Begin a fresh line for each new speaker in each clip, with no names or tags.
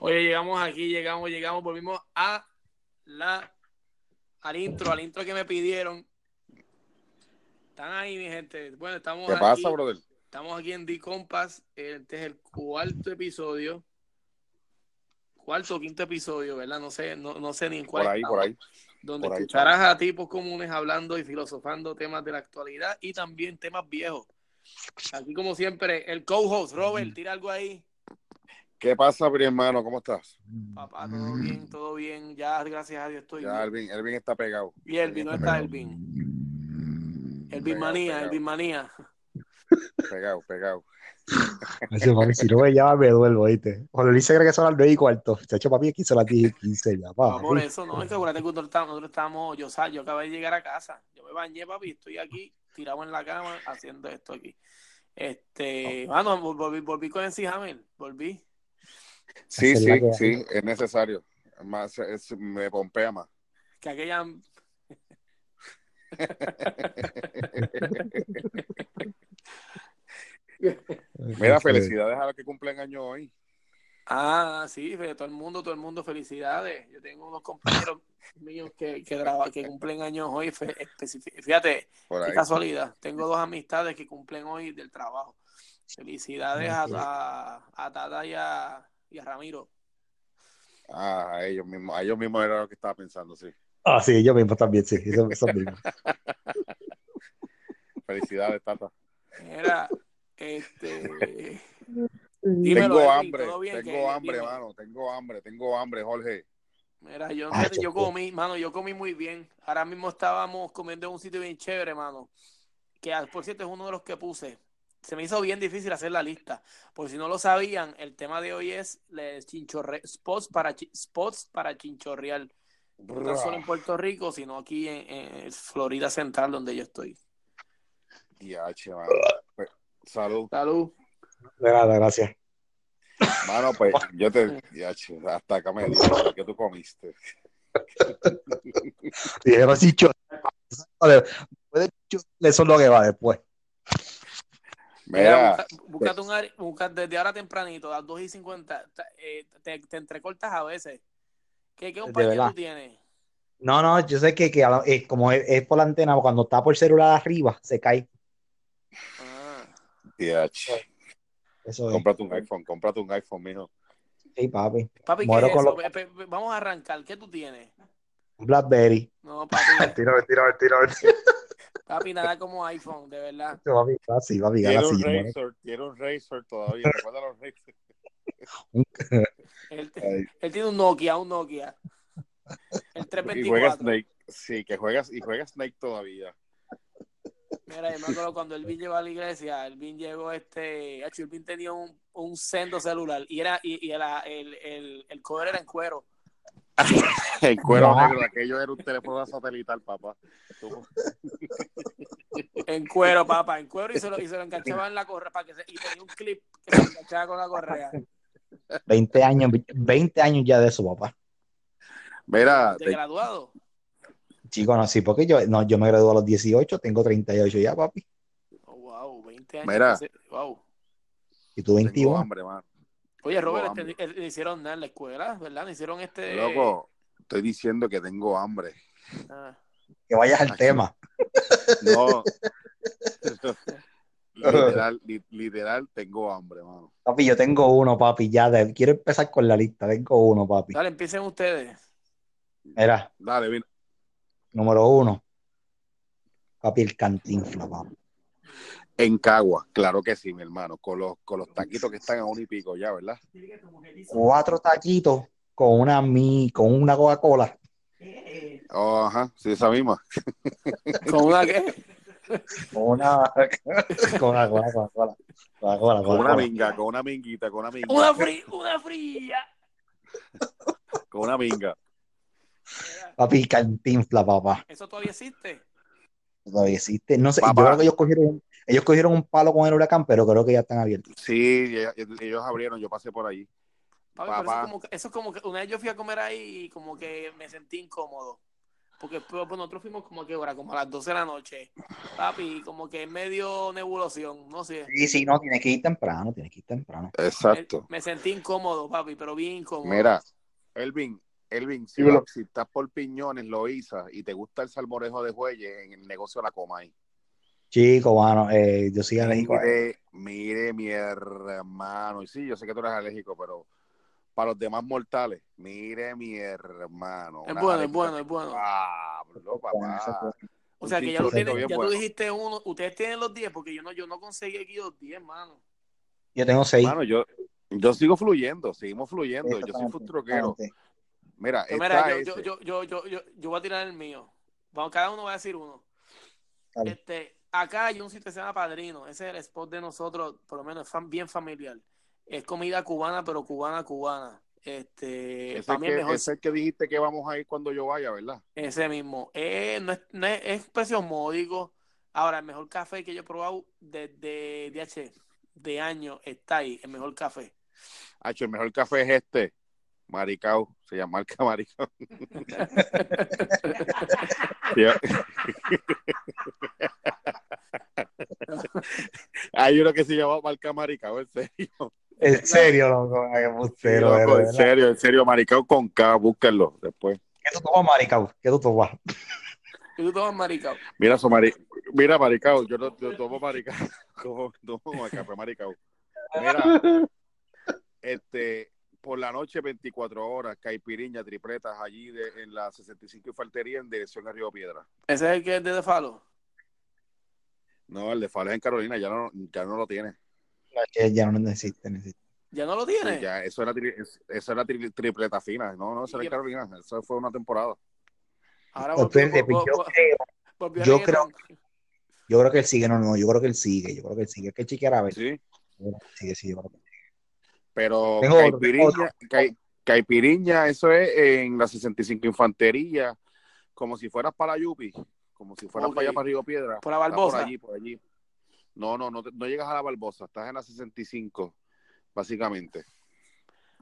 Oye, llegamos aquí, llegamos, llegamos, volvimos a la al intro, al intro que me pidieron. Están ahí, mi gente. Bueno, estamos
¿Qué
aquí.
pasa, brother?
Estamos aquí en The Compass. Este es el cuarto episodio. Cuarto o quinto episodio, ¿verdad? No sé, no, no sé ni en cuál.
Por ahí,
estamos.
por ahí.
Donde
por ahí,
escucharás a tipos comunes hablando y filosofando temas de la actualidad y también temas viejos. Aquí, como siempre, el co-host, Robert, tira algo ahí.
¿Qué pasa, mi hermano? ¿Cómo estás?
Papá, todo bien, todo bien. Ya, gracias a Dios, estoy
Mm. Ya,
bien.
Elvin, Elvin está pegado.
Y Elvin, ¿dónde está Elvin? Elvin
Pegado,
Manía,
pegado.
Elvin Manía.
Pegado, pegado.
Ese papi, si no me llama, me duermo, ¿viste? Cuando Luis se cree que son las 9 y cuarto, se ha hecho papi aquí son las 10 y 15 ya,
Ah, por
papi.
eso, no, es que acuérdate que nosotros estábamos, nosotros estábamos- yo, sa- yo acabé de llegar a casa, yo me bañé, papi, estoy aquí, tirado en la cama, haciendo esto aquí. Este, mano, vol- volví, volví con MC Hammer, volví.
Sí,
Esa es la
sí,
que hay.
sí, es necesario. Más, es- me pompea más.
Que aquella,
Eh,
este,
Mira, felicidades a los que cumplen año hoy.
ah, sí, fe- todo el mundo, todo el mundo, felicidades. Yo tengo unos compañeros míos que, que, traba- que cumplen años hoy, fe- especifi- fíjate,
Por
Qué
ahí.
casualidad. Tengo dos amistades que cumplen hoy del trabajo. Felicidades a, a, a Tata y a, y a Ramiro.
Ah, a ellos mismos. A ellos mismos era lo que estaba pensando, sí.
Ah, sí, yo mismo también, sí, eso, eso mismo.
Felicidades, Tata.
Era, este, Dímelo,
Tengo
Elvin,
hambre,
¿todo bien?
tengo
¿Qué?
hambre,
Dime.
mano. Tengo hambre, tengo hambre, Jorge.
mira, yo,
Ah,
yo
chocó.
comí, mano, yo comí muy bien. Ahora mismo estábamos comiendo en un sitio bien chévere, mano. Que ah, por cierto es uno de los que puse. Se me hizo bien difícil hacer la lista. Por si no lo sabían, el tema de hoy es le- chinchorre- spots para chi- spots para chinchorrear. No tan solo en Puerto Rico, sino aquí en, en Florida Central, donde yo estoy.
Diache, mano. Pues, Salud.
Salud.
Nada, gracias.
Mano, pues yo te. Diache, hasta acá me dijo que tú comiste.
Dijeron sí, yo. Después de yo, eso es lo que va después.
Mira, pues.
búscate un área- busca- desde ahora tempranito, a las 2 y 50. ta- eh, te, te entrecortas a veces. ¿Qué, qué compañía
verdad.
tú tienes?
No, no, yo sé que, que a lo- eh, como es, es por la antena, cuando está por celular arriba, se cae.
Ah,
diache.
Eso es.
Cómprate un iPhone, cómprate un iPhone, mijo.
Sí, papi.
papi, ¿qué
Muero
es
con
eso?
lo-
Pe- pe- pe- Vamos a arrancar. ¿Qué tú tienes?
Blackberry.
No, papi,
Tiro, tiro, tiro.
papi, nada como iPhone, de verdad.
Papi, así, papi,
Tiene
así.
un
muero.
Razor, tiene un Razor todavía. ¿Recuerda los Razor?
Él, te-
Ay,
él tiene un Nokia, un Nokia. El
Y
324.
juega Snake. Sí, que juegas y juega Snake todavía.
Mira, yo me acuerdo cuando Elvin llegó a la iglesia, Elvin llegó este, hecho, Elvin tenía un, un sendo celular y era, y, y era el, el, el cover era en cuero.
El cuero
Ya.
negro, aquello era un teléfono satelital, papá. Tú-
En cuero, papá, en cuero y se lo, y se lo enganchaba en la correa para que se, y tenía un clip que se lo enganchaba con la correa.
20 años, 20 años ya de eso, papá.
Mira,
De
te-
graduado.
Chico, no, sí, porque yo, no, yo me gradué a los 18, tengo 38 ya, papi,
Oh, wow, 20 años.
Mira.
Ese- Wow.
y tú
tengo
21.
hambre, mano.
Oye, Robert,
hambre.
este- le hicieron nada en la escuela, ¿verdad? Le hicieron este.
Loco, estoy diciendo que tengo hambre.
ah,
Que vayas al
Ay,
tema.
No. literal, li- literal, tengo hambre, mano.
Papi, yo tengo uno, papi, ya, de- quiero empezar con la lista, tengo uno, papi.
Dale, empiecen ustedes.
Era,
Dale, vino.
número uno, papi, el cantinfla, papi.
En Cagua, claro que sí, mi hermano. Con los, con los taquitos que están a un y pico ya, ¿verdad?
Cuatro taquitos con una mi, con una Coca-Cola,
Oh, ajá, sí, esa misma.
Con una que.
con una, con una Coca-Cola, Coca-Cola,
Con una
Coca-Cola.
minga, con una minguita, con una minga.
Una, fri- una fría.
Con una minga.
Papi, cantinfla, papá.
Eso todavía existe.
Todavía existe. No sé,
Papá.
yo creo que ellos cogieron, ellos cogieron un palo con el huracán, pero creo que ya están abiertos.
Sí, ya- ellos abrieron, yo pasé por ahí.
Papi, pero eso,
Papá.
es como que, eso es como que una vez yo fui a comer ahí y como que me sentí incómodo. Porque pues, nosotros fuimos como que hora, como a las 12 de la noche. Papi, como que en medio nebulación, no sé.
Sí, sí, no, tienes que ir temprano, tienes que ir temprano.
Exacto.
Me, me sentí incómodo, papi, pero bien incómodo.
Mira, Elvin, Elvin, si,
Dímelo.
va- si estás por piñones, Loiza, y te gusta el salmorejo de Jueyes, en el negocio la coma ahí.
Chico, mano, eh, yo soy alérgico a
Mire, mire, mi hermano. Y sí, yo sé que tú eres alérgico, pero para los demás mortales, mire, mi hermano.
Es
una
bueno, es
jalebita
bueno,
que-
es bueno.
Pablo, papá.
O
Ah, Un
sea que ya, lo
chinchorrito
tienen,
bien
ya tú
bueno.
dijiste uno, ustedes tienen los 10, porque yo no, yo no conseguí aquí los 10, mano.
Yo tengo seis.
Mano, yo, yo sigo fluyendo, seguimos fluyendo. Yo soy
Exactamente,
food truckero.
exactamente.
Mira,
Yo,
está
mira,
ese.
yo, yo, yo, yo, yo, yo, yo voy a tirar el mío. Vamos, cada uno va a decir uno.
Dale.
Este, acá hay un sitio que se llama Padrino. Ese es el spot de nosotros, por lo menos es fam- bien familiar. Es comida cubana, pero cubana, cubana. Este,
Ese
para mí es
que-
mejor
ese que dijiste que vamos a ir cuando yo vaya, ¿verdad?
ese mismo. Eh, no es, no es, es precio módico. Ahora, el mejor café que yo he probado desde DH de año está ahí, el mejor café.
Hacho, Ah, el mejor café es este. Maricao, se llama marca Maricao. Yo- Hay uno que se llama marca Maricao, en serio.
En serio, loco, ay, qué bustero,
Loco,
de
en
verdad.
serio, en serio, Maricao con K, búsquenlo después.
¿Qué tú tomas, maricao? ¿Qué tú tomas?
Y tú tomas maricao.
Mira, su mari... Mira Maricao, yo, no- yo tomo Maricao, como, tomo el café Maricao. Mira, este, por la noche 24 horas, caipiriña, tripletas, allí de- en la 65 Infantería en dirección a Río Piedra.
Ese es el que es de Falo.
No, el de Fales en Carolina ya no, ya no lo tiene.
No, es que ya no necesito, necesito.
Ya no lo tiene.
Ya, eso era, tri- es- eso era tri- tripleta fina. No, no, eso era
Y-
en Carolina. Eso fue una temporada.
Ahora volvió-
Depende, pues,
vol-
yo
vol-
creo,
volvió
yo
reggaetón.
yo creo que él sigue, no, no, yo creo que él sigue, yo creo que él sigue. Hay que chequear a ver.
Sí.
Sigue, sí, yo creo que-
Pero
Tengo otro,
Caipiriña,
otro.
Cai- Caipiriña, eso es en la 65 Infantería, como si fueras para la Yupi, como si fueras
Ok.
para allá para Río Piedra.
Por la
Está por
Barbosa.
allí, por allí. No, no, no, te- no llegas a la Barbosa, estás en la 65, básicamente.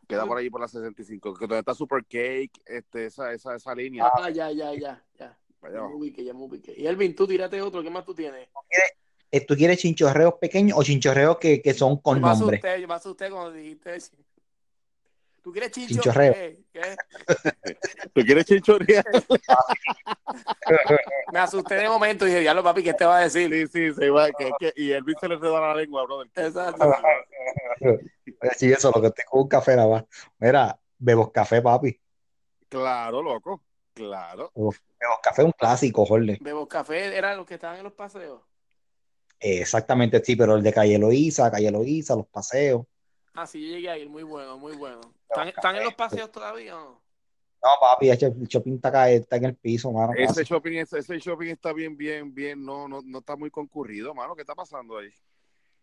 Queda por allí por la 65, que donde está Super Cake, este, esa, esa, esa línea.
Ah, ya, ya, ya, ya.
para
Ya
allá
me
abajo.
ubiqué, ya me ubiqué. Y Elvin, tú tírate otro, ¿qué más tú tienes?
Eh, ¿Tú quieres chinchorreos pequeños o chinchorreos que, que son con
yo me
nombre?
asusté, yo me asusté cuando dijiste eso. ¿Tú quieres chincho?
Chinchorreo.
¿Qué? ¿Qué?
¿Tú quieres chinchoría?
Me asusté de momento y dije, diablo, papi, ¿qué te va a decir?
Sí, sí, se va. que- que- y Elvis se le enreda la lengua, brother.
Exacto.
Sí, eso, lo que estoy con un café nada más. Mira, bebos café, papi.
Claro, loco. Claro.
Bebos café es un clásico, Jorge.
Bebo Café eran los que estaban en los paseos.
Eh, exactamente, sí, pero el de Calle Loíza, Calle Loíza, los paseos.
Ah, sí, yo llegué ahí, muy bueno, muy bueno. ¿Están, están en los paseos todavía o no?
No, papi, ese shopping está, acá, está en el piso,
Ah,
mano.
Ese
casi.
shopping, ese, ese shopping está bien, bien, bien. No, no, no está muy concurrido, mano. ¿Qué está pasando ahí?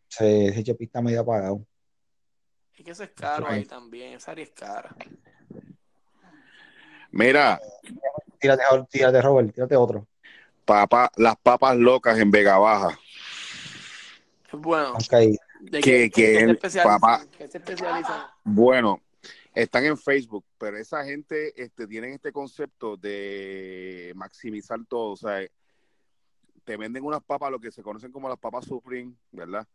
Ese, ese shopping está medio apagado.
Es que eso es caro
Ahí.
ahí también, esa área es cara.
Mira,
Tírate, tírate, Robert, tírate otro.
papá, las papas locas en Vega Baja.
Es bueno.
Aunque ahí-
¿De
Que-
qué-
que
qué se
el
especializan?
papá-
¿Qué se especializan?
Bueno, están en Facebook, pero esa gente este, tienen este concepto de maximizar todo. O sea, te venden unas papas, lo que se conocen como las papas Supreme, ¿verdad?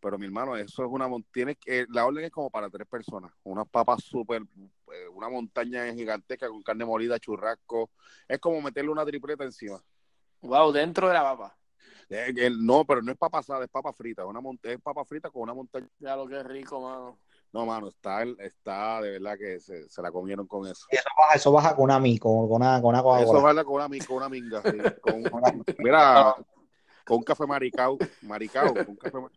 Pero mi hermano, eso es una montaña. la orden es como para tres personas. Unas papas súper, eh, una montaña gigantesca con carne molida, churrasco. Es como meterle una tripleta encima.
Wow, dentro de la papa.
Eh, eh, no, pero no es papa asada, es papa frita. Una mon- es papa frita con una montaña.
Ya lo que es rico, mano.
No, mano, está, está de verdad que se, se la comieron con eso.
eso baja, eso baja con una mi, con, con una, con una
Eso
Coca-Cola.
baila con una, mi- con una minga. sí, con, mira, con un café maricao. Maricao, con un café mar-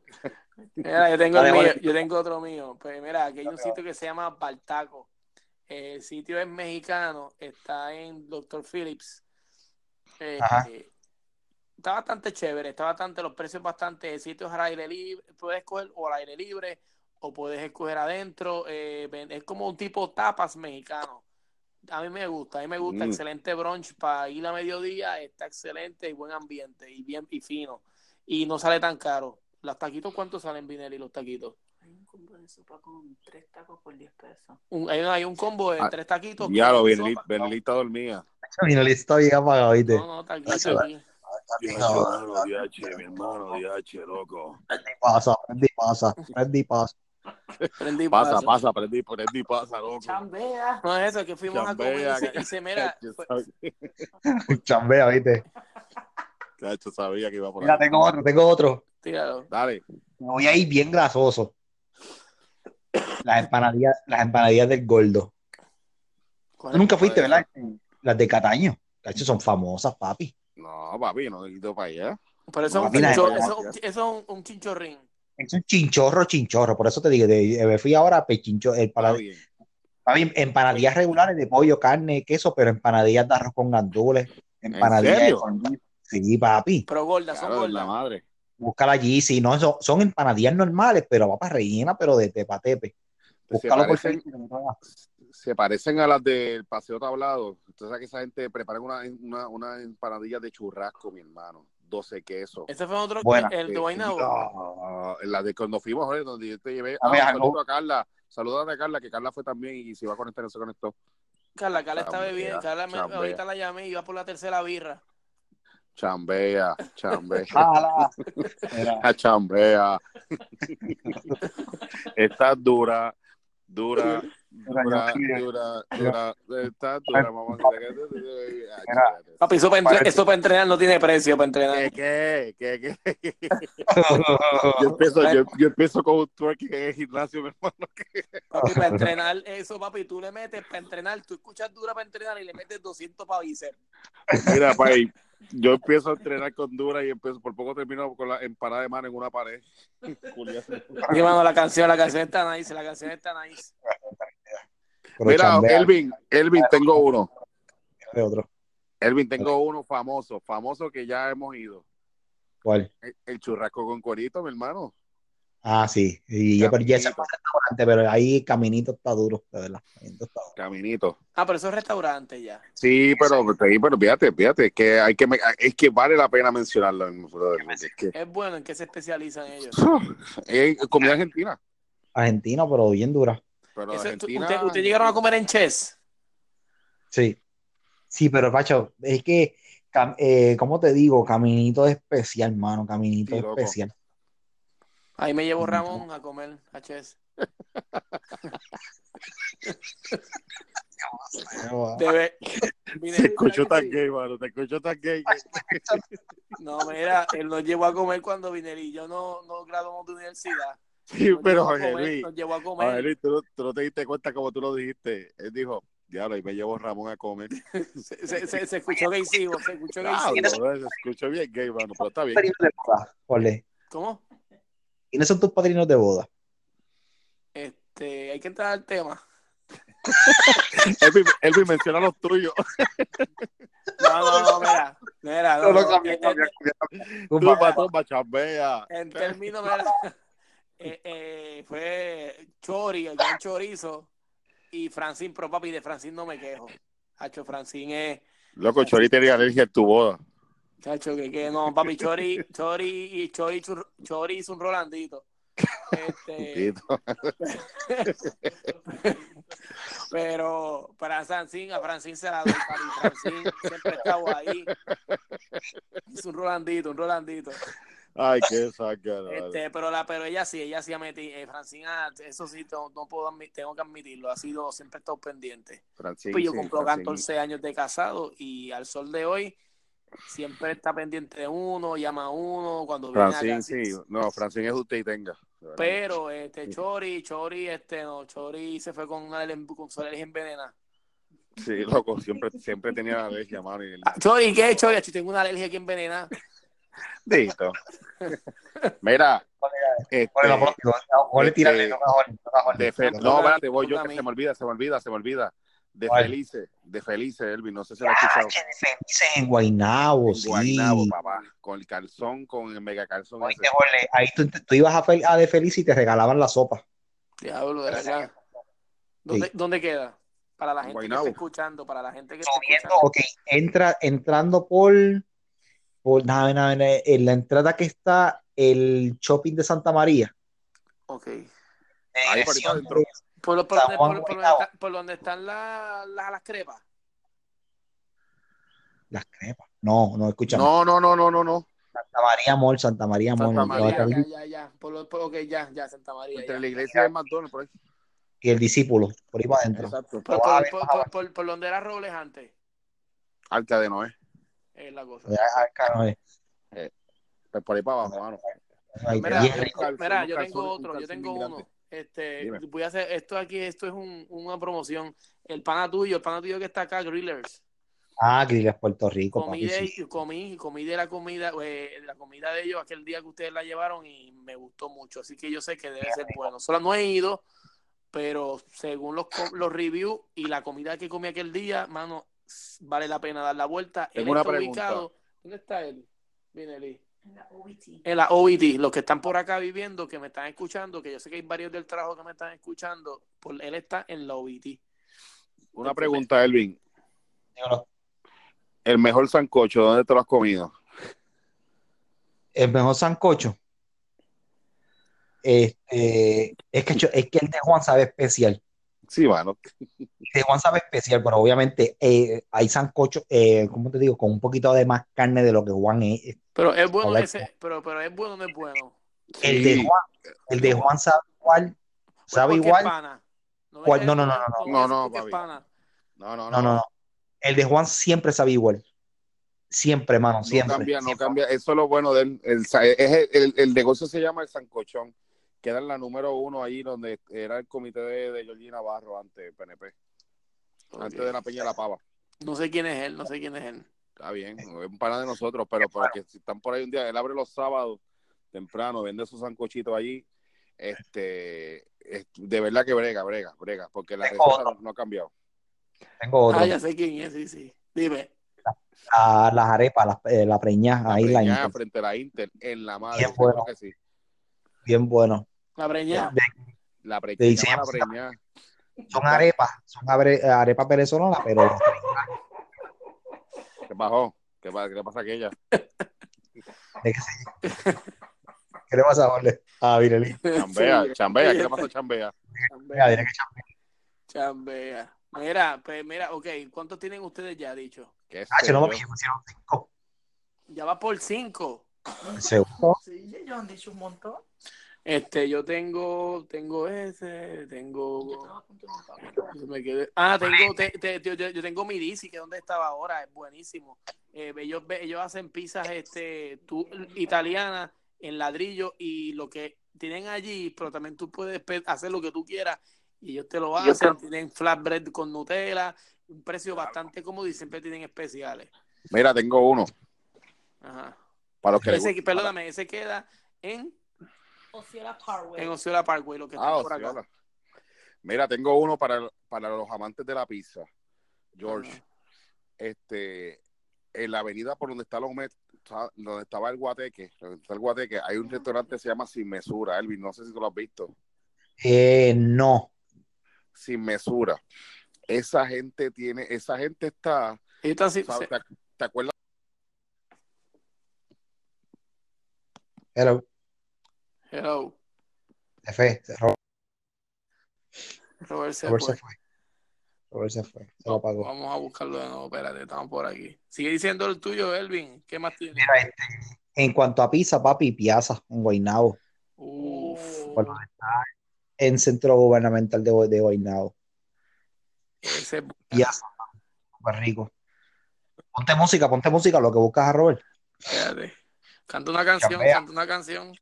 Mira, yo tengo, el
Dale,
mío,
vale.
yo tengo otro mío. Pues mira, aquí hay un sitio que se llama Baltaco. El sitio es mexicano, está en Dr. Phillips. Eh,
Ajá.
eh, está bastante chévere, está bastante, los precios bastante. El sitio es al aire libre, puedes escoger o al aire libre o puedes escoger adentro. eh, ven- es como un tipo tapas mexicano. A mí me gusta, a mí me gusta.
Mm.
Excelente brunch para ir a mediodía, está excelente y buen ambiente y bien y fino. Y no sale tan caro. ¿Los taquitos cuánto salen, Vinelli, los taquitos?
combo de sopa con tres tacos por 10 pesos.
Un- hay, un- hay un combo de
Ah,
tres taquitos.
Ya
con
lo,
sopa.
Benelita, Benelita dormía.
Mira, le está bien apagado, ¿viste?
No, no, taquito,
Eso va.
taquito.
Mi
No,
hermano DH, mi hermano DH, loco.
Prende y pasa, prende y pasa, prende y pasa.
Prendí
Pasa,
paso.
pasa, prendí, prendí, pasa, loco.
Chambea.
No es eso, es que fuimos
Chambea,
a comer y se, y se- mira, pues.
Yo
fue-
sabía-
Chambea, ¿viste?
Yo sabía que iba por
Mira,
ahí.
tengo otro, tengo otro.
tíralo.
Dale.
Me voy a ir bien grasoso. Las empanadillas, las empanadillas del gordo. Tú nunca fuiste, ¿verdad? Las de Cataño. Cacho, son famosas, papi.
No, papi, no te quito para allá.
Pero eso es un
Mira, eh,
chincho-
mira.
eso- eso es un- un chinchorrín.
Es un chinchorro, chinchorro. Por eso te dije, te- me fui ahora a pechincho, el
Está
para,
bien.
Papi, empanadillas regulares de pollo, carne, queso, pero empanadillas de arroz con gandules, empanadillas de
serio?
fondue. Sí, papi.
Pero gordas, son
Claro, de la
gordas.
madre.
Búscala allí. Si no, son, son empanadillas normales, pero papas rellenas, pero de tepatepe.
Se
Búscalo por
parecen,
Facebook.
se parecen a las del paseo tablado. Entonces, ¿sabes que esa gente prepara una, una, una empanadilla de churrasco, mi hermano? 12 quesos.
Ese fue otro,
Buena.
el de Guaynabo.
Ah, la de cuando fuimos, joder, donde yo te llevé.
A ver,
Ah,
algo.
saludo a Carla. Saludate a Carla, que Carla fue también y se va a conectar, no se conectó.
Carla, Carla está
Chambea,
bebiendo. Carla me-
chambea.
ahorita la llamé y iba por la tercera birra.
Chambea, chambea,
Jala. Era,
chambea. Está dura, dura,
era,
dura,
yo quería-
dura, dura. Está dura, mamá. Ah,
Mira,
Papi, eso para, entre-
Parece-
eso para entrenar no tiene precio para entrenar.
¿Qué, qué, qué, qué?
Ah.
Yo empiezo, yo, yo empiezo con un twerking en el gimnasio, mi hermano.
Papi, para entrenar eso, papi, tú le metes para entrenar, tú escuchas dura para entrenar y le metes 200 para bíceps.
Mira, pay, yo empiezo a entrenar con dura y empiezo, por poco termino con la empanada de mano en una pared. Curioso.
Sí, mano, la canción, la canción está nice, la canción está nice.
pero
Mira,
chambea,
Elvin, Elvin, tengo uno.
de otro.
Elvin, tengo uno famoso, famoso que ya hemos ido.
¿Cuál?
El, el churrasco con corito, mi hermano.
Ah, sí. Y yo, pero ya ese es
Caminito.
más restaurante, pero ahí Caminito está duro, de verdad. Caminito está duro.
Caminito.
Ah, pero eso es restaurante ya.
Sí, pero, sí, pero fíjate, fíjate, es que, hay que, me- es que vale la pena mencionarlo. mi brother, porque Es que,
Es bueno en qué se especializan ellos.
es comida argentina.
Argentino, pero bien dura.
Pero
Ah. Eso-
Argentina,
¿Ustedes ustedes llegaron a comer en Chess?
Sí. Sí, pero Pacho, es que, cam- eh, ¿cómo te digo? Caminito es especial, mano, caminito
Sí,
es
loco.
especial.
Ahí me llevo Ramón a comer a Chess. De ver- Vine-
Te escucho tan gay, mano. Te escucho tan gay. que-
No, mira, él nos llevó a comer cuando Vinel y yo no, no graduamos de universidad.
Sí,
Nos llevó
pero
a
Jorge
comer,
Luis,
Nos llevó a comer.
Jorge Luis, tú, no- tú no te diste cuenta como tú lo dijiste. Él dijo, diablo, y me llevo Ramón a comer.
Se, se- se- se escuchó que hicimos, se escuchó que
Diablo,
hicimos.
bro, se escuchó bien gay, mano, pero está bien.
Padrinos de boda, Jorge.
¿Cómo?
¿Quiénes son tus padrinos de boda?
Este, hay que entrar al tema.
Elvin, Elvin, menciona los tuyos.
No, no, no, mira. Mira, no, no, en-
Tú,
Un papá.
matón, machambea.
En, en términos, mira, eh, eh, fue Chori, el gran chorizo, y Francín, pero papi, de Francín no me quejo. Hacho, Francín es.
Loco, Chori tenía alergia en tu boda.
Chacho, que, que no, papi, Chori, Chori y Chori, chur- Chori hizo un Rolandito. Este,
Tito.
pero para Francín, a Francín se la doy, papi. Francín siempre estaba ahí. Hizo un Rolandito, un Rolandito.
Ay, qué saca.
Este, pero la, pero ella sí, ella sí ha metido, eh, Francín, ah, eso sí, tengo- no puedo admi- tengo que admitirlo, ha sido, siempre ha estado pendiente. Pues yo cumplo 14 años de casado y al sol de hoy siempre está pendiente de uno, llama a uno, cuando viene
Francín,
acá,
sí. No, Francín es usted y tenga.
Pero este Chori, Chori, este no, Chori se fue con una alergia- con su alergia envenena.
Sí, loco, siempre, siempre tenía alergia, mano. y-
Ah, Chori, ¿qué es Chori? Achi, Tengo una alergia aquí envenena.
Listo. Mira,
Jorge,
este,
no, Jorge, Jorge,
este,
tírale, no, Jorge, no, Jorge.
de fe-
Ponla-
no, espérate, voy
ponla
yo,
a
que
mí.
se me olvida, se me olvida, se me olvida. De
¿Cuál?
Felice, de Felice, Elvin, no sé si lo
Ah,
has escuchado.
que felices en Guaynabo, Oh, sí.
Guaynabo, papá, con el calzón, con el mega calzón. ese.
Oíste, Jorge, ahí tú, tú ibas a, fel- a de feliz y te regalaban la sopa.
Diablo, de verdad. ¿Dónde,
Sí.
dónde queda? Para la gente
Guaynabo.
que está escuchando, para la gente que está
subiendo,
escuchando.
ok, entra, entrando por, por nada, nada, nada, en la entrada que está el shopping de Santa María,
Ok.
de
Ahí para
dirección.
adentro.
Por, lo- por
San
donde,
Juan
por- por donde
Guaynabo.
está- por donde están la- la- las crepas.
Las crepas. No, no, escúchame.
No, no, no, no, no, no.
Santa María Mall, Santa María Mall.
Santa
que va a
María,
estar
María.
ya, ya, ya. Por lo- por- ok, ya, ya, Santa María.
Entre
ya.
la iglesia y el McDonald's, por ahí.
Y el discípulo, por ahí para adentro.
Exacto.
Por,
Lo vas a ver
por-
más
por-
abajo.
por- por donde era Robles antes.
Arca de Noé.
Es la cosa.
Ya, acá no es.
Pues por ahí para abajo, mano.
Ahí está.
Mira,
Y
yo-
es rico.
calzón,
mira,
un
yo tengo
calzón, un
otro, yo
calzón
tengo
bien
uno.
grande.
Este,
Dime.
voy a hacer esto aquí, esto es un- una promoción. El pana tuyo, el pana tuyo que está acá, Grillers.
Ah, que digas Puerto Rico,
Comí
papi.
de,
sí.
comí, comí de la comida, eh, la comida de ellos aquel día que ustedes la llevaron y me gustó mucho. Así que yo sé que debe ser bueno. Solo no he ido, pero según los, co- los reviews y la comida que comí aquel día, mano, s- vale la pena dar la vuelta.
Tengo
él
una
está
pregunta.
ubicado. ¿Dónde está él? Viene Eli.
En la OBT.
En la OIT, los que están por acá viviendo, que me están escuchando, que yo sé que hay varios del trabajo que me están escuchando, por, él está en la OIT.
Una pregunta, Elvin.
Dímelo.
El mejor sancocho, ¿dónde te lo has comido?
El mejor sancocho. Este, es, que, yo- es que el de Juan sabe especial.
Sí, mano.
de Juan sabe especial, pero obviamente eh, hay sancocho, eh, ¿cómo te digo? Con un poquito de más carne de lo que Juan es.
Pero es bueno
Hola.
ese, pero, pero es bueno o no es bueno.
El de
Sí. Pues
Juan, el de Juan sabe igual, sabe
Pues, Porque es
igual.
pana. No, me
¿Cuál?
digas
No, no,
que
no,
es-
no.
no,
me
No,
digas
no,
que es
papi.
pana.
No, no, no.
No, no, no. El de Juan siempre sabe igual. Siempre, mano,
No
siempre.
cambia, no
Siempre.
cambia. Eso es lo bueno del el, sa- es el, el- el negocio se llama el Sancochón, que era la número uno ahí donde era el comité de, de Georgina Navarro antes, PNP, antes de la Peña de la Pava.
No sé quién es él, no sé quién es él.
Está bien, es un pana de nosotros, pero para que si están por ahí un día, él abre los sábados temprano, vende sus sancochitos allí. Este, es- de verdad que brega, brega, brega, porque la
Tengo
receta no, no ha cambiado.
Tengo otro.
Ah, ya sé quién es, sí, sí. Dime.
Ah, las arepas, las, eh, la preña,
La
ahí la
preñada
Inter.
frente a la Inter, en la madre,
Bien
seguro
bueno.
que sí.
Bien bueno.
La breña.
La
Te
preñada,
dice-
la preñada.
Son arepas, son abre- arepas venezolanas, pero
¿Qué bajó? ¿Qué, pa- qué le pasa a aquella?
¿qué le pasa a Jorge? Ah, mira, mira,
Chambea,
Sí,
chambea, ¿qué le pasa a chambea?
chambea,
mira, que chamba.
chambea. Mira, pues mira, ok, ¿cuántos tienen ustedes ya dicho?
¿Qué sé
Ah, yo no me
yo?
pillo, pusieron cinco.
Ya va por cinco.
Seguro.
Sí, ya ya han dicho un montón.
Este, yo tengo, tengo ese,
Yo
tengo,
estaba a punto de montar.
yo me quedé- ah, tengo, te- te- yo, yo- yo tengo mi DC, que es donde estaba ahora, es buenísimo. Eh, ellos, ve- ellos hacen pizzas, este, tú, italianas en ladrillo y lo que tienen allí, pero también tú puedes pe- hacer lo que tú quieras y ellos te lo hacen. Tienen flatbread con Nutella, un precio bastante cómodo y siempre tienen especiales.
Mira, tengo uno.
Ajá.
Para los que les
Ese,
gusta.
perdóname, ese queda en,
Osceola Parkway.
en Osceola Parkway, lo que está
Ah,
por acá.
Osceola. Mira, tengo uno para, para los amantes de la pizza. George,
Ajá.
este, en la avenida por donde está la Omet, está- donde estaba el Guateque, donde está el Guateque, hay un restaurante que se llama Sin Mesura, Elvin, no sé si tú lo has visto.
Eh, no.
Sin Mesura. Esa gente tiene, esa gente está,
Ellos están sin-
¿sabes? ¿Te, ac- te acuerdas?
Pero,
Hello.
de fe, Robert,
Robert se
Robert se
fue.
fue. Robert se fue. Se lo apagó.
Vamos a buscarlo de nuevo. Espérate, estamos por aquí. Sigue diciendo el tuyo, Elvin. ¿Qué más tiene?
Mira, este, en cuanto a pizza, papi, Piazza, en Guaynabo.
Uf,
Bueno, está en Centro Gubernamental de, Gua- de Guaynabo.
ese-
Piazza, súper rico. Ponte música, ponte música, lo que buscas a Robert.
espérate. Canta una canción,
Chambea.
canta una canción,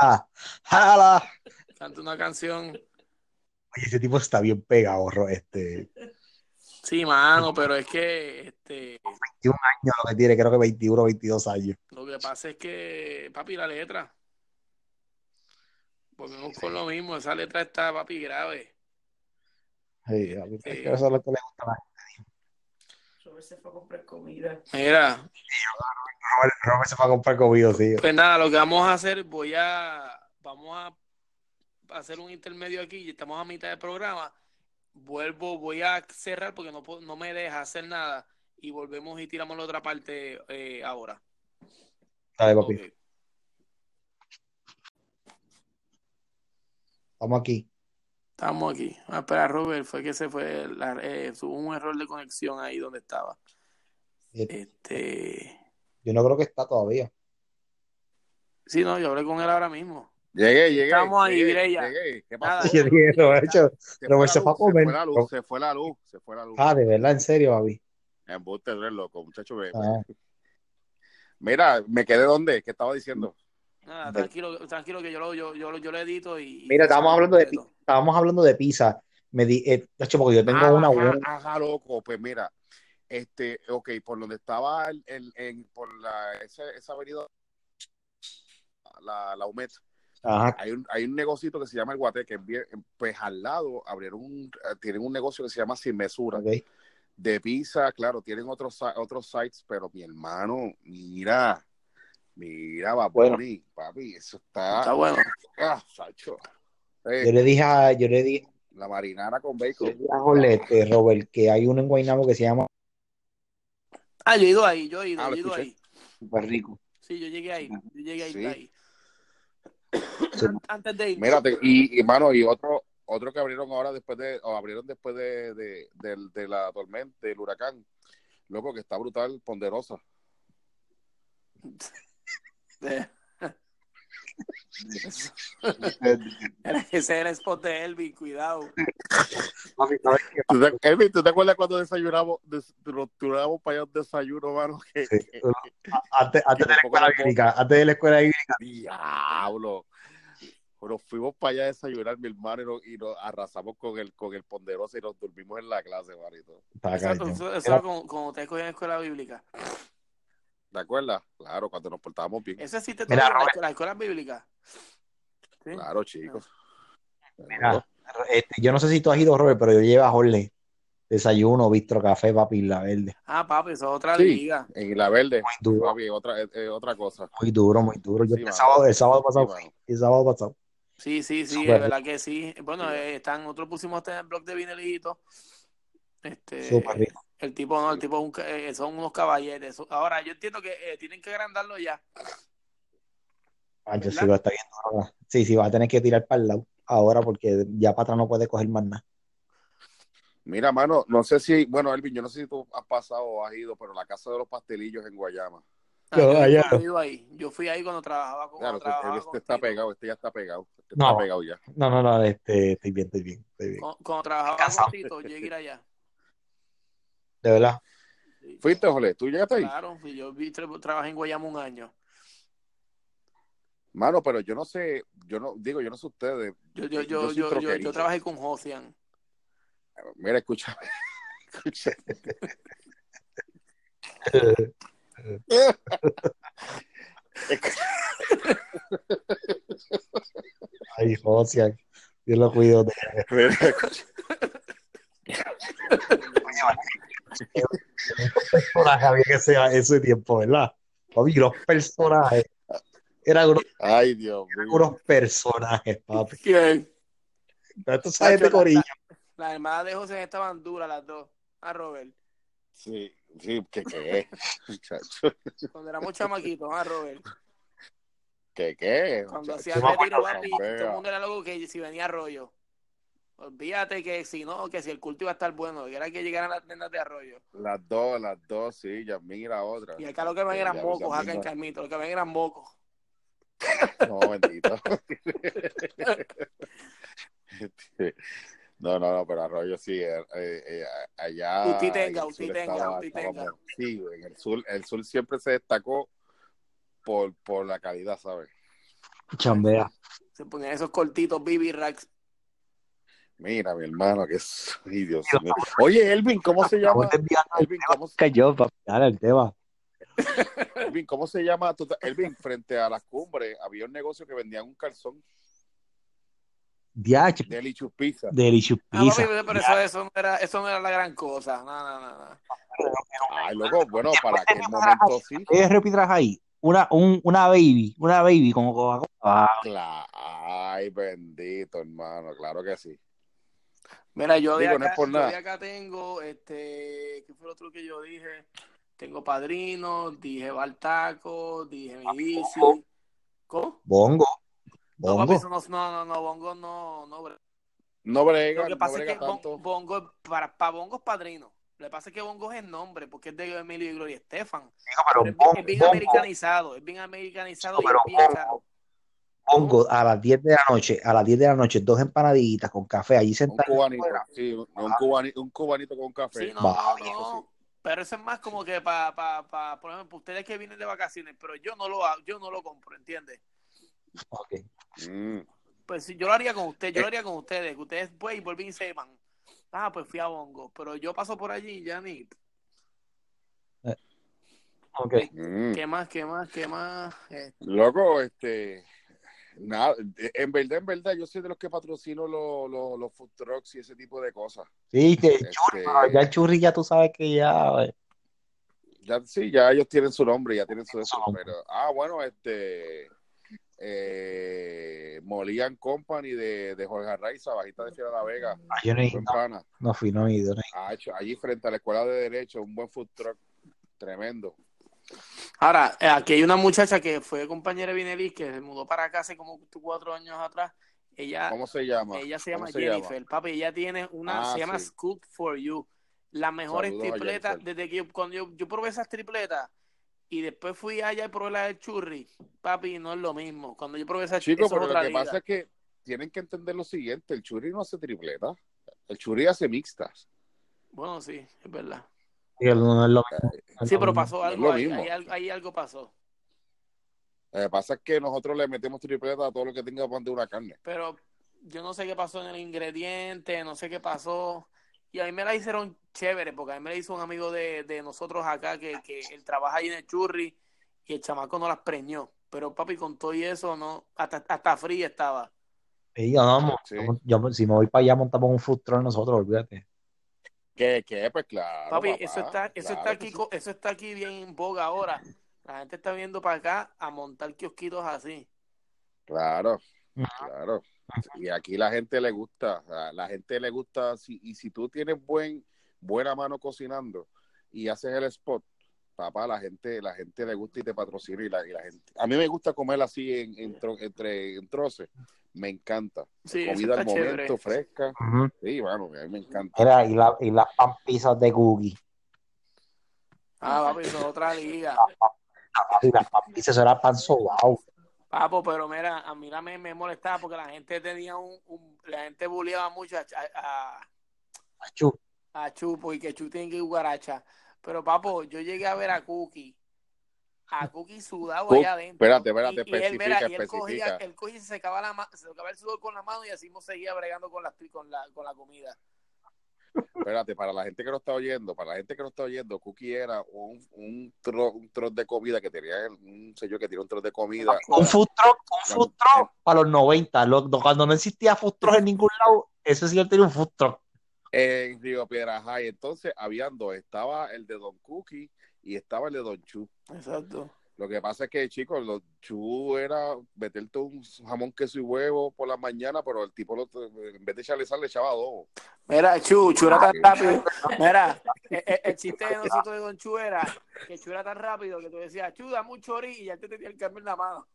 Ah, jala.
canta una canción.
Oye, ese tipo está bien pegado, Ro- este,
Sí, mano, pero es que este,
21 años lo que tiene, creo que 21 o 22 años.
lo que pasa es que, papi, la letra. Volvemos con lo mismo. Esa letra está, papi, grave.
Sí, a mí- es que eso es lo que le gusta a la gente.
Robert se fue a comprar comida.
Mira,
Robert, Robert se fue a comprar conmigo, sí.
Pues nada, lo que vamos a hacer, voy a, vamos a hacer un intermedio aquí, y estamos a mitad del programa. Vuelvo, voy a cerrar porque no, puedo- no me deja hacer nada y volvemos y tiramos la otra parte eh, ahora.
Dale, papi,
Ok.
estamos aquí.
Estamos aquí. Ah, espera, Robert, fue que se fue. la- eh, tuvo un error de conexión ahí donde estaba.
Sí.
Este.
Yo no creo que está todavía.
Sí, no, yo hablé con él ahora mismo.
Llegué, llegué.
Estamos ahí,
llegué,
Mireya.
llegué. ¿Qué
Nada.
pasó?
Sí, eso, de hecho.
Se
Robert se
fue
fue a
la luz, se
comer.
fue la luz, se fue la luz, se fue la luz.
Ah, de verdad, en serio, Babi.
Embuste, tú eres loco, muchacho. me-
Ah.
Mira, me quedé donde, ¿qué estaba diciendo?
Nada, tranquilo, tranquilo que yo lo, yo, yo, lo- yo lo edito y.
Mira, estábamos hablando de-
completo.
Estábamos hablando de pizza. Me di, eh, de hecho, porque yo tengo
Ah,
una
ajá,
buena.
ajá, loco, pues mira, este, ok, por donde estaba el, el- en- por la, esa, esa avenida, la, la UMET,
Ajá.
hay un, hay un negocito que se llama El Guate, que es bien- pues al lado abrieron un, eh, tienen un negocio que se llama Sin Mesura,
ok.
de pizza, claro, tienen otros, si- otros sites, pero mi hermano, mira, mira, papi,
Bueno.
papi, eso
Está
está,
bueno.
ah, Sacho. Eh,
Yo le dije a, yo le dije,
la marinara con
yo le
bacon.
dije a Jolete, Robert, que hay uno en Guaynabo que se llama
Ah, yo he ido ahí, yo he ido,
Ah,
yo
lo
he ido
escuché.
ahí.
Super Rico.
Sí, yo llegué ahí. Yo llegué ahí.
Sí.
ahí.
Sí.
An- Antes de ir.
Mira, te- y, y, mano, y otro, otro que abrieron ahora después de, o abrieron después de, de, del- de la tormenta, del huracán. Loco, que está brutal, ponderosa.
Ese era el spot de Elvin, cuidado.
¿Tú te, Elvin, ¿tú te acuerdas cuando desayunamos, des- nos turábamos para allá un desayuno, mano? Que,
Sí. Antes, antes de la
Eh, tampoco
escuela
lo-
bíblica, antes de la escuela bíblica,
diablo. Nos fuimos para allá a desayunar, mi hermano, y nos, y nos arrasamos con el, con el ponderosa y nos dormimos en la clase, manito.
Está
Eso,
cañón.
eso, eso
Era-
era como, como ustedes cogían en escuela bíblica.
¿Te acuerdas? Claro, cuando nos portábamos bien.
Eso existe
Mira,
todavía en la
Robert.
escuela, la escuela bíblica. Sí.
Claro, chicos.
Mira, este, yo no sé si tú has ido, Robert, pero yo llevo a Jorge desayuno, bistro, café, papi, la verde.
Ah, papi, eso es otra
Sí.
liga.
En la verde,
Muy duro,
papi, otra, eh, eh, otra cosa.
muy duro, muy duro. Yo
Sí,
el,
mano.
sábado, el sábado pasado,
Sí, mano.
el sábado pasado.
Sí, sí, sí,
Súper
es verdad que sí. Bueno,
Ah, pues, Sí.
eh, están, nosotros pusimos este en el blog de vinilito.
Eh,
Este,
Súper rico.
el tipo, no, el tipo es un ca- eh, son unos caballetes. Ahora, yo entiendo que eh, tienen que agrandarlo ya.
Ah, yo sí,
¿Verdad?
va a estar bien duro, ¿verdad? Sí, sí, vas a tener que tirar para el lado ahora porque ya para atrás no puedes coger más nada.
Mira, mano, no sé si, bueno, Elvin, yo no sé si tú has pasado o has ido, pero la casa de los pastelillos en Guayama.
Ah,
Yo,
yo,
allá.
yo he ido ahí. Yo fui ahí cuando trabajaba con.
Claro,
cuando trabajaba
este, este está
con Tito.
pegado, este ya está pegado, este
No.
está pegado ya.
No, no, no, este, estoy bien, estoy bien, estoy bien.
Cu- Cuando trabajaba
Este, Cansado.
con Tito, llegué a ir allá.
De verdad.
Sí.
Fuiste, Jole, tú llegaste ahí.
Claro, fui- yo vi- tra- trabajé en Guayama un año.
Mano, pero yo no sé, yo no, digo, yo no sé ustedes.
Yo, yo,
Yo
yo,
soy
yo, yo, yo
troquerito.
trabajé con Josian.
Mira, escúchame. escúchame.
Ay, Josian, Dios lo cuido. Te
Mira, escúchame.
personaje había que sea ese tiempo, ¿verdad? Papi, los personajes. Eran unos,
Ay, Dios mío.
unos personajes, papi.
¿Quién?
Tú sabes de corillo.
Las hermanas de José estaban duras las dos. A Robert.
Sí, sí, que qué, muchacho,
Cuando éramos chamaquitos, a Robert.
que qué.
Cuando
muchacho.
hacían
me
retiro,
acuerdo,
papi,
San
todo el
Vega.
mundo era loco que si venía arroyo. Olvídate que si no, que si el culto iba a estar bueno, que era que llegaran las tiendas de arroyo.
Las dos, las dos, sí, Yasmín y la otra.
Y acá lo que ven eran
Ya,
mocos,
ya,
acá en
ya.
Carmito, lo que ven eran mocos.
No, bendito. Este, No, no, no, pero Arroyo sí, eh, eh, allá.
Usted tenga,
en el
usted
sur
tenga,
estaba-
usted
estaba
tenga.
bueno. Sí, güey, en el sur, el sur siempre se destacó por, por la calidad, ¿sabes?
Chambea.
Se ponían esos cortitos BB racks.
Mira, mi hermano, que es. Ay, Dios mío. Oye, Elvin, ¿cómo se llama? Elvin, ¿cómo, se-
yo, papi. Dale, el tema.
Elvin, ¿cómo se llama? Tú te- Elvin, frente a las cumbres había un negocio que vendían un calzón
Diache,
de Lichus Pizza.
Delicious
Ah,
Pizza.
papi, pero eso, eso, no era, eso no era la gran cosa. No, no, no. no.
Ay, loco, bueno, para aquel momento sí.
¿Qué repitas ahí? Una, un, una baby, una baby como Coca-Cola. Ah,
Cla- Ay, bendito, hermano, claro que sí.
Mira, yo de,
Digo, no
acá,
es por
yo
nada.
de acá tengo, este, ¿qué fue lo otro que yo dije? Tengo padrino, dije Baltaco, dije mi bici. ¿Cómo?
Bongo.
No, papi,
Bongo.
eso no, no, no, no, bongo no, no, bro.
No brega,
Lo que
no
pasa es
brega
que Bon-
tanto.
Bongo, es- para, para Bongo es padrino. Lo que pasa es que Bongo es el nombre, porque es de Emilio y Gloria Estefan. Pero
pero
es, bien- es
Bongo,
bien
Bongo,
americanizado, es bien americanizado. y
Pero
es bien
Bongo.
caro.
Bongo, a las 10 de la noche, a las 10 de la noche, dos empanaditas con café allí
Un
sentado.
cubanito, sí, un, cubani- un cubanito con café.
Sí, no,
Va.
no, no. Pero eso es más como que para, pa, pa- por ejemplo, ustedes que vienen de vacaciones, pero yo no lo, ha- yo no lo compro, ¿entiendes?
Mm.
Pues sí, yo lo haría con ustedes, yo lo
Eh.
haría con ustedes, que ustedes pues, y vuelven y se van. Ah, pues fui a Bongo, pero yo paso por allí y ya ni.
Mm.
¿Qué más, qué más, qué más? Eh,
Loco, este. Nada, en verdad, en verdad, yo soy de los que patrocino los, los, los food trucks y ese tipo de cosas.
Sí, te-
Este,
ya el ah, churri ya tú sabes que ya. eh,
ya, sí, ya ellos tienen su nombre, ya tienen su
Su
eso,
nombre.
pero. Ah, bueno, este. Eh, Molían Company de, de Jorge Arraiza, bajita de Fiera de la Vega.
ah, yo no, he ido,
Buen pana.
no fui, no he ido. no he
Ah, hecho, allí frente a la escuela de Derecho, un buen food truck. Tremendo.
Ahora, eh, aquí hay una muchacha que fue compañera de Vinelis, que se mudó para acá hace como cuatro años atrás. Ella,
¿Cómo se llama?
Ah, ella se
¿Cómo
llama
se
Jennifer, papi. Ella tiene una,
Ah,
se llama
sí.
Scoop for You. Las mejores
Saludos a
tripletas,
Jennifer.
desde que yo, cuando yo, yo probé esas tripletas y después fui allá y probé la del churri, papi, no es lo mismo. Cuando yo probé esas eso
Chicos,
es
pero lo
otra
que
liga.
pasa es que tienen que entender lo siguiente: el churri no hace tripleta, el churri hace mixtas.
Bueno, sí, es verdad.
ido, no es lo mismo, no es
Sí,
lo
pero
mismo.
pasó
no es
algo,
lo
ahí,
mismo.
ahí al- ahí algo pasó.
Lo que pasa es que nosotros le metemos tripleta a todo lo que tenga pan de una carne.
pero yo no sé qué pasó en el ingrediente, no sé qué pasó. Y a mí me la hicieron chévere, porque a mí me la hizo un amigo de, de nosotros acá, que, que él trabaja ahí en el churri, y el chamaco no las preñó. Pero papi, con todo y eso, no, hasta, hasta fría estaba.
Sí, yo no, mo-
Sí.
yo- yo- si me voy para allá, montamos un food truck nosotros, olvídate.
¿Qué, qué? Pues claro.
Papi,
papá,
eso está, eso
claro
está
que
aquí,
sí.
co- eso está aquí bien en boga ahora. La gente está viendo para acá a montar kiosquitos así.
Claro,
Ajá.
claro. Y aquí la gente le gusta, a la gente le gusta, si- y si tú tienes buen, buena mano cocinando y haces el spot, papá, la gente, la gente le gusta y te patrocina y la, y la gente. A mí me gusta comer así en, en tro- entre en troces, me encanta.
Sí, eso está
Comida al momento,
chévere.
fresca.
Ujú.
Sí, bueno, a mí me encanta.
Mira, y, la- y las pampizas de Cookie.
Ah, papi, eso es otra liga.
Y las pampizas, eso era pan sobao.
Papo, pero mira, a mí la me, me molestaba porque la gente tenía un, un- la gente bulleaba mucho a, a-
macho.
a Chupo y que Chupo tiene que ir guaracha. Pero papo, yo llegué a ver a Cookie, a Cookie sudado
Cook,
allá adentro.
espérate, espérate,
y, y él, mira,
especifica,
y él cogía,
especifica.
él cogía y se secaba la ma- se secaba el sudor con la mano y así mismo seguía bregando con la, con la, con la comida.
Espérate, para la gente que no está oyendo, para la gente que no está oyendo, Cookie era un, un, tro, un troz de comida que tenía, el- un señor que tiene un troz de comida.
Un food truck, un food truck para los 90. lo- cuando no existía food truck en ningún lado, eso sí él tenía un food truck.
En Río Piedras High, entonces había dos, estaba el de Don Cookie y estaba el de Don Chu.
Exacto.
Lo que pasa es que, chicos, Don Chu era meterte un jamón, queso y huevo por la mañana, pero el tipo, lo- en vez de echarle sal, le echaba adobo.
Mira, Chu, Chu era tan
Ah, Sí.
rápido. Mira, eh, eh, el, chiste de nosotros de Don Chu era que Chu era tan rápido que tú decías, Chu, dame un chori y ya te tenía el cambio en la mano.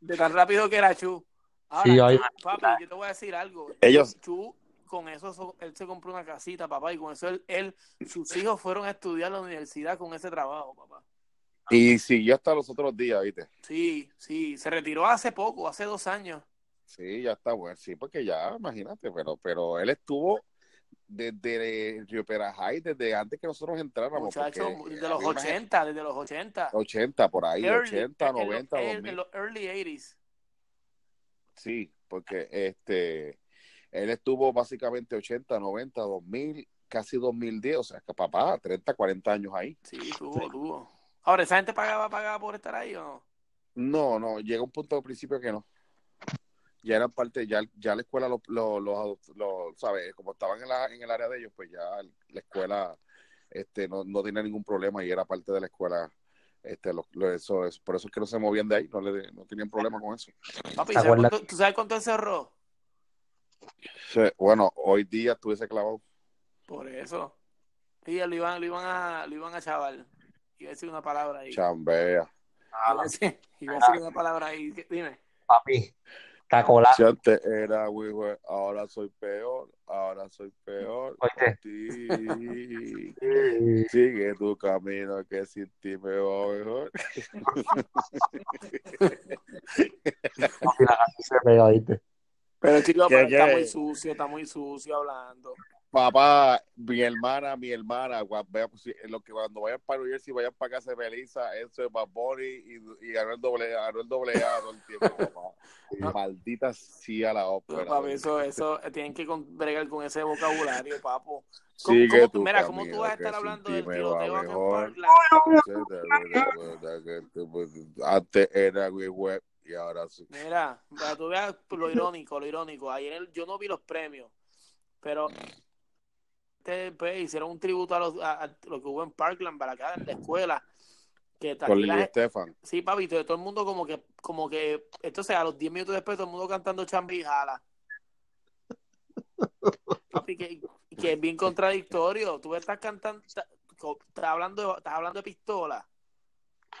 De tan rápido que era Chu. Ahora,
Sí, ay,
Chu, papi, yo te voy a decir algo.
Ellos-
Chu, con eso, so- él se compró una casita, papá, y con eso él, él- sus hijos fueron a estudiar a la universidad con ese trabajo, papá.
Y siguió hasta los otros días, ¿viste?
Sí, sí, se retiró hace poco, hace dos años.
Sí, ya está bueno, sí, porque ya, imagínate, pero, pero él estuvo desde Río Piedras High, desde antes que nosotros entráramos.
Muchachos,
porque,
desde
eh,
los
había más-
80, desde los 80.
80, por ahí,
Early,
80,
en los-
90,
en-
2000.
en los early 80s.
Sí, porque este, él estuvo básicamente 80, 90, 2000, casi 2010, o sea, que papá, 30, 40 años ahí.
Sí, tuvo, tuvo. Ahora, ¿esa gente pagaba, pagaba por estar ahí o no?
No, no, llega un punto al principio que no. Ya eran parte, ya, ya la escuela los, los, los, adop- los- ¿sabes? Como estaban en, la, en el área de ellos, pues ya la escuela este, no, no tenía ningún problema y era parte de la escuela. Este, los- los- eso, es- por eso es que no se movían de ahí, no, le, no tenían problema con eso.
Papi,
¿Te
¿sabes
acuerdas?
cuánto- ¿tú sabes cuánto él cerró?
Sí, Bueno, hoy día estuviese clavado.
Por eso. Y lo iban, lo iban a, lo iban a chaval. Iba a decir una palabra ahí.
Chambea.
Iba a decir, iba a decir una palabra ahí. que- Dime.
Papi, Taco Lab.
Si antes era muy bueno, ahora soy peor, ahora soy peor.
Oíste.
Sí. Sigue tu camino que sin ti me va mejor.
Papi, la gata se pega, ¿oíste?
Pero chico,
¿Qué,
pero está
qué?
muy sucio, está muy sucio hablando.
Papá, mi hermana, mi hermana, gua- vea, pues, si- lo que cuando vayan para New Jersey, vayan para casa de Melissa, eso es Bad Bunny y, y ganó el doble A, ganó el doble A todo el tiempo, papá. Maldita sea la ópera.
papi, eso, eso, eh, tienen que con- bregar con ese vocabulario, papo. ¿Cómo-
Sigue
cómo-
tu
mira, ¿cómo tú
camino,
vas a
que
estar
sin
hablando
ti
del
me
tiroteo
va
acá en
mejor.
Parkland?
Antes era güey, güey, y ahora sí.
Mira, para tú veas lo irónico, lo irónico. Ayer el- yo no vi los premios, pero te- pues, hicieron un tributo a, los, a- a lo que hubo en Parkland, para acá en la escuela. Que
Con
también
Lili Estefan.
Sí, papi, todo, todo el mundo como que, como que, entonces a los 10 minutos después todo el mundo cantando chambi y jala. Papi, que, que es bien contradictorio. Tú estás cantando, ta- co- estás hablando de, estás hablando de pistola.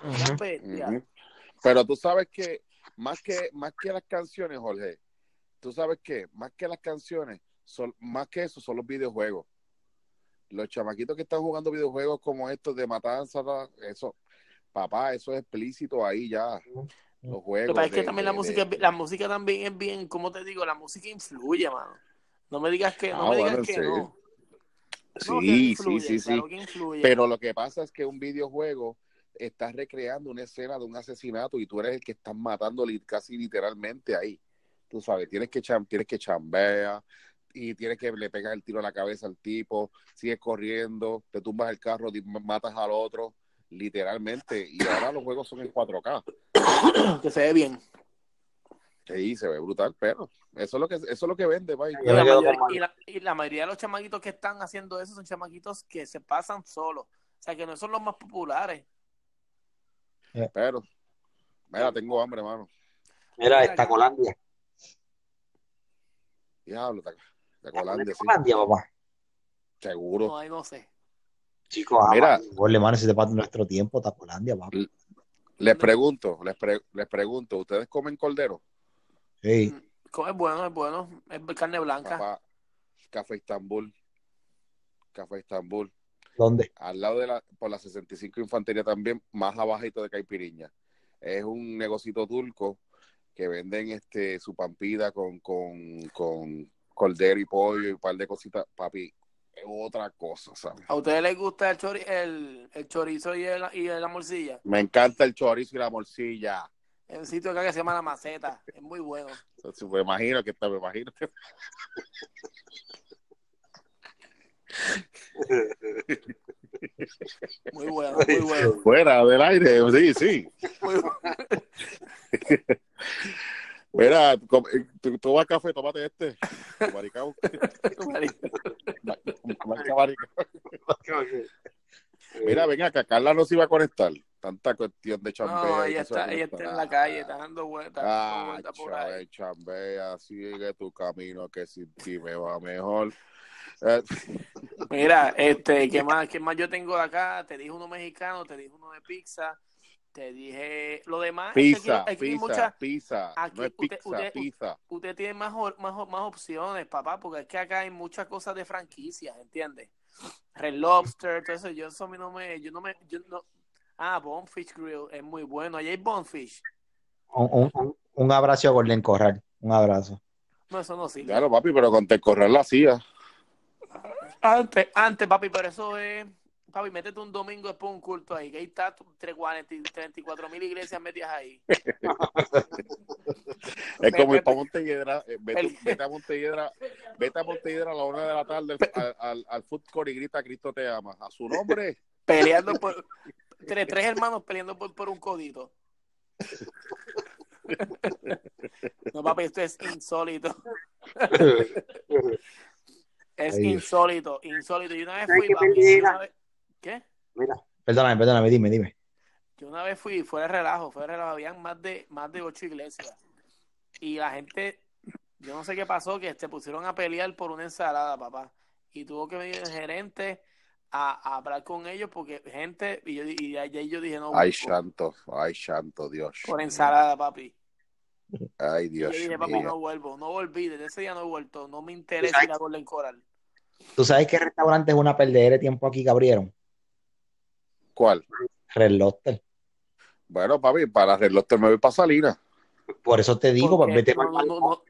Una bestia.
Ujú. Pero tú sabes que más que más que las canciones, Jorge, tú sabes que más que las canciones, son, más que eso son los videojuegos. Los chamaquitos que están jugando videojuegos como estos de matanza, ta- eso, papá, eso es explícito ahí ya. Los
Lo
juegos.
que pasa es que
de-
también
de-
la música,
de-
la música también es bien, como te digo, la música influye, mano. No me digas que, no
Ah,
me digas
bueno,
que
sí.
no. No, que
Sí, sí,
influye,
sí, sí.
claro que influye.
Pero lo que pasa es que un videojuego estás recreando una escena de un asesinato y tú eres el que estás matando li- casi literalmente ahí. Tú sabes, tienes que cham- tienes que chambear y tienes que le pegas el tiro a la cabeza al tipo, sigues corriendo, te tumbas el carro, te- matas al otro, literalmente. Y ahora los juegos son en 4K.
que se ve bien.
Sí, se ve brutal, pero eso es lo que eso es lo que vende, bye.
Y la,
me quedo con
mayoría, y la- y la mayoría de los chamaquitos que están haciendo eso son chamaquitos que se pasan solos. O sea, que no son los más populares.
Pero, mira, tengo hambre, mano.
Mira, es Tacolandia.
Diablo, te, te
¿Es
colando, sí.
Tacolandia, papá.
Seguro.
No, ahí no sé.
Chicos,
Mira.
mira. Gol, hermano, ese es parte de nuestro tiempo, Tacolandia, papá.
Les pregunto, les, pre- les pregunto, ¿ustedes comen cordero?
Sí.
Co- Es bueno, es bueno. Es carne blanca.
Papá, Café Estambul, Café Estambul,
¿Dónde?
al lado de la, por la 65 Infantería también, más abajito de Caipiriña. Es un negocito turco que venden este su pampida con, con, con cordero y pollo y un par de cositas, papi, es otra cosa, ¿sabes?
¿A ustedes les gusta el, chori- el, el chorizo y, el- y la morcilla?
Me encanta el chorizo y la morcilla.
Es un sitio acá que se llama La Maceta. Es muy bueno.
Entonces, me imagino que está, me imagino que
Muy bueno, muy bueno.
fuera del aire, sí, sí.
muy bueno.
Mira, com- eh, tú tú vas a café, tómate este. Maricao. Ma- marca Maricao. Mira, ven acá, Carla no se iba a conectar. Tanta cuestión de chambea.
No,
y
ella
no se va a
está, ella está en la
conectar.
calle, está dando vueltas. dando
Ah,
vueltas por ahí.
chaval, chambea, sigue tu camino que sin ti me va mejor.
Ah,
Eh,
Mira, este, ¿qué más, qué más yo tengo de acá? Te dije uno mexicano, te dije uno de pizza, te dije lo demás. es que aquí-
pizza,
aquí hay
pizza,
mucha-
pizza.
aquí
no es
usted-
pizza,
usted-
pizza.
usted tiene más, o- más, o- más opciones, papá, porque es que acá hay muchas cosas de franquicias, ¿entiendes? Red Lobster, todo eso, yo eso a mí no me, yo no me, yo no. Ah, Bonefish Grill es muy bueno. Allá hay Bonefish.
Un, un- un abrazo a Golden Corral. Un abrazo.
No, eso no sirve.
Claro, papi, pero con te correr la hacía.
Antes, antes, papi, pero eso es. Papi, métete un domingo después de un culto ahí, que ahí está tu- entre 40 y 34 mil iglesias metidas ahí.
Es como ir
Vete.
para Montelledra. eh, Vete,
El-
vete a Montelledra. Vete a Montelledra a la una de la tarde al, al, al food court y grita Cristo te ama. A su nombre.
Peleando por. Tres, tres hermanos peleando por, por un codito. No, papi, esto es insólito. Es
Ay.
insólito, insólito. Yo una vez
Ay,
fui,
qué
papi,
perdida.
y una vez- ¿Qué?
Perdóname, perdóname, dime, dime.
Yo una vez fui, fue de relajo, fue de relajo. Habían más de, más de ocho iglesias. Y la gente, yo no sé qué pasó, que se pusieron a pelear por una ensalada, papá. Y tuvo que venir el gerente a, a hablar con ellos porque gente, y yo, y ahí yo dije, no,
Ay,
por-
santo, ay, santo Dios.
por ensalada, papi.
Ay,
Y yo
Dios
dije, papi,
mío.
no vuelvo, no volví, desde ese día no he vuelto, no me interesa
Exacto.
ir a Golden Coral.
¿Tú sabes qué restaurante es una perdedera de tiempo aquí que abrieron?
¿Cuál?
Red Lobster.
Bueno, papi, para arreglar me voy para Salinas.
Por eso te digo,
Porque
pues, vete
no,
para
no, no, no.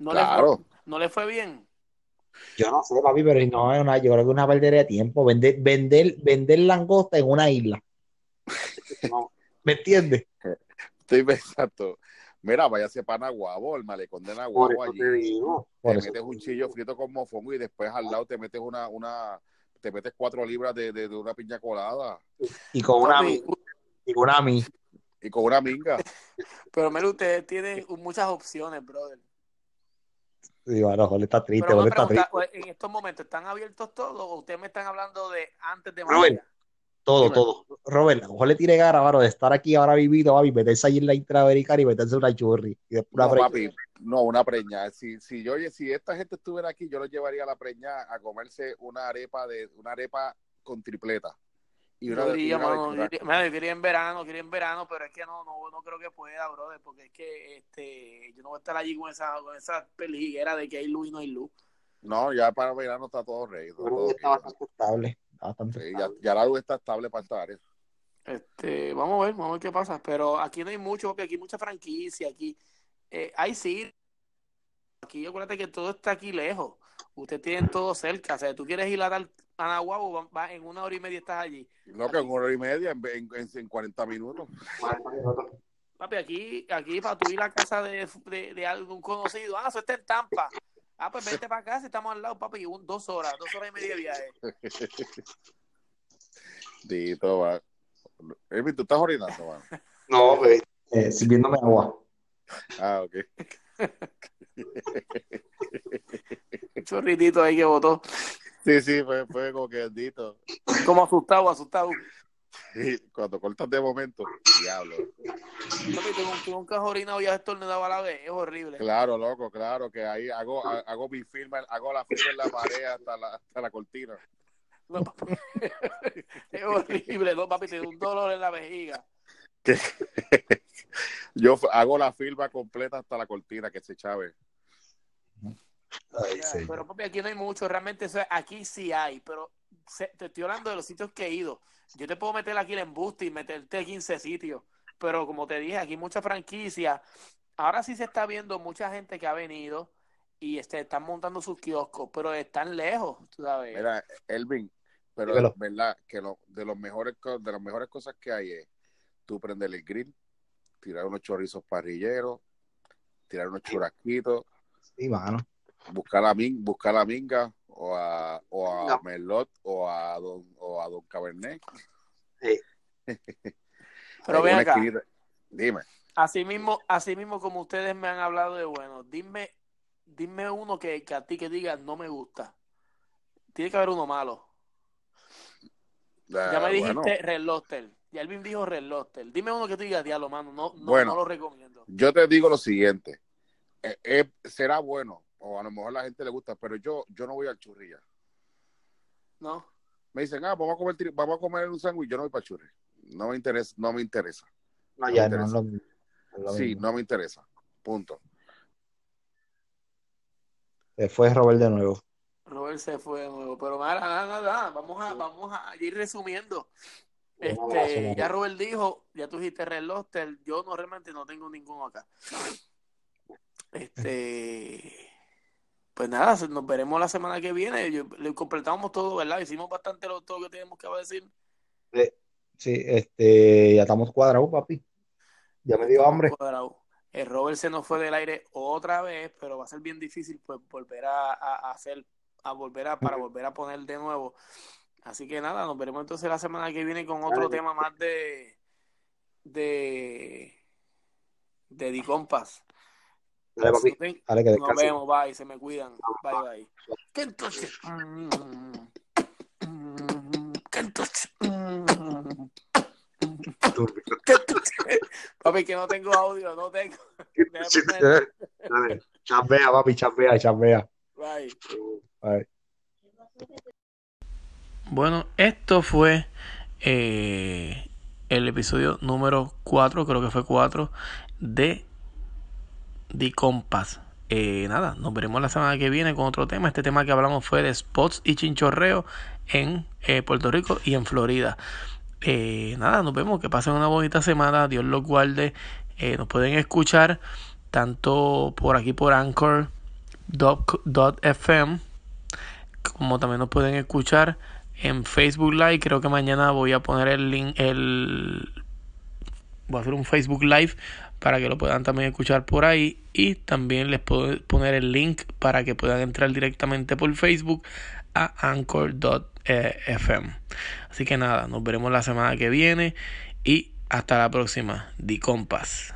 No le fue-
Claro.
no le fue bien.
Yo no sé, papi, pero no es una, yo creo que es una perdedera de tiempo. Vender, vender, vender langosta en una isla. No, ¿Me entiendes?
Estoy pensando. Mira, váyase para Nahuabo, el malecón de Nahuabo allí.
digo.
Te metes un chillo frito con mofongo y después al lado te metes una, una, te metes cuatro libras de, de- de una piña colada
Y con una
Papi,
mi- y con una mi.
y con una minga.
Pero Melo, ustedes tienen muchas opciones, brother.
Digo, no, Jorge está triste,
Pero
Jorge
una
está triste.
pregunta, en estos momentos, ¿están abiertos todos o ustedes me están hablando de antes de
Robert.
María?
Todo,
Dime.
todo. Robert, Jorge le tiene gara, mano, de estar aquí ahora vivido, papi, meterse allí en la intravericana y meterse una churri. Y después una
No,
pre-
papi, no, una preña. Si, si yo si esta gente estuviera aquí, yo los llevaría a la preña a comerse una arepa de, una arepa con tripleta. Y una,
Yo
de- y
diría,
una de
mano, yo
churrasco.
diría- mano, yo quería en verano, quería en verano, pero es que no, no, no creo que pueda, brother, porque es que este, yo no voy a estar allí con esa, con esa pelijiguera de que hay luz y no hay luz.
No, ya para verano está todo rey.
Yo creo que está bastante estable. Está bastante
ya,
estable.
ya la luz está estable para eh. esta área.
Este, vamos a ver, vamos a ver qué pasa. Pero aquí no hay mucho, porque aquí hay mucha franquicia, aquí eh, hay sí. Aquí acuérdate que todo está aquí lejos. Ustedes tienen todo cerca. O sea, tú quieres ir a dar a Nahuabo, va- va- en una hora y media estás allí.
No, que en una hora y media, en, en, en 40 minutos.
Papi, aquí, aquí para tú ir a casa de, de, de algún conocido. Ah, eso está en Tampa. Ah, pues vente para acá si estamos al lado, papi. Un, dos horas, dos horas y media de viaje.
Dito, va. Elvin, tú estás orinando, mano.
No, pues, eh, sirviéndome agua.
Ah, ok.
Un chorritito ahí que botó.
Sí, sí, fue, fue como que Dito.
Como asustado, asustado.
Sí, cuando cortas de momento, diablo.
Papi, tengo, tengo un cajorinado ya estornudado a la vez. Es horrible.
Claro, loco, claro, que ahí hago, ha- hago mi firma, hago la firma en la pared hasta la, hasta la cortina.
No, papi. es horrible, no, papi, te da un dolor en la vejiga.
Yo f- hago la firma completa hasta la cortina, que se chave.
Ay,
Ya, pues.
señor.
Pero papi, aquí no hay mucho, realmente o sea, aquí sí hay, pero se- te estoy hablando de los sitios que he ido. Yo te puedo meter aquí el embuste y meterte 15 sitios, pero como te dije, aquí hay mucha franquicia. Ahora sí se está viendo mucha gente que ha venido y este, están montando sus kioscos, pero están lejos, tú sabes.
Mira, Elvin, pero
Dímelo.
verdad que lo- de los mejores co- de las mejores cosas que hay es tú prender el grill, tirar unos chorizos parrilleros, tirar unos churrasquitos,
Sí, mano.
buscar a min, buscar a Minga o a, o a
Minga.
Merlot o a Don o a Don Cabernet.
pero
Hay
ven
una
acá.
esquinita. Dime.
Así mismo, así mismo como ustedes me han hablado de bueno, dime, dime uno que, que a ti que diga no me gusta. Tiene que haber uno malo. Ya
ah,
me dijiste
bueno.
Red Lobster. Y Alvin dijo Red Lobster. Dime uno que tú digas, diablo, mano, no, no,
Bueno.
no lo recomiendo.
Yo te digo lo siguiente, eh, eh, será bueno, o a lo mejor a la gente le gusta, pero yo, yo no voy al churrilla.
¿No?
Me dicen, ah, vamos a comer, tri- vamos a comer un sándwich, yo no voy para el churri. No me interesa, no me interesa.
No,
me
ya no
interesa.
es lo mismo. No es lo
Sí,
mismo.
no me interesa. Punto.
Se Eh, fue Robert de nuevo.
Robert se fue de nuevo. Pero nada, nada, nada. Vamos a, vamos a ir resumiendo. Este, ya Robert dijo, ya tú dijiste Red Lobster. Yo no realmente no tengo ninguno acá. Este. Pues nada, nos veremos la semana que viene. Yo- lo completamos todo, ¿verdad? Hicimos bastante lo, todo lo que teníamos que decir.
Sí, este, ya estamos cuadrados, papi. Ya me dio
Estamos
hambre.
cuadrados. El Robert se nos fue del aire otra vez, pero va a ser bien difícil pues volver a, a- a hacer, a volver a, para volver a poner de nuevo. Así que nada, nos veremos entonces la semana que viene con otro tema más de de de The Compass.
Dale, papi.
Nos ven-
Dale, que
Nos
descanse.
vemos, bye, se me cuidan. Bye, bye. ¿Qué entonces? Mm, mm, ¿Qué entonces? Mm. Papi, que no tengo audio, no tengo. Déjame poner- pues.
Dale. Chambea, papi, chambea, chambea.
Bye.
Bye.
Bueno, esto fue eh, el episodio número 4, creo que fue 4, de The Compass. Eh, nada, nos veremos la semana que viene con otro tema. Este tema que hablamos fue de spots y chinchorreo en eh, Puerto Rico y en Florida. Eh, nada, nos vemos. Que pasen una bonita semana. Dios los guarde. Eh, nos pueden escuchar tanto por aquí por anchor.fm como también nos pueden escuchar en Facebook Live. Creo que mañana voy a poner el link, el voy a hacer un Facebook Live para que lo puedan también escuchar por ahí y también les puedo poner el link para que puedan entrar directamente por Facebook a eh, anchor.fm. Así que nada, nos veremos la semana que viene y hasta la próxima. Di compas.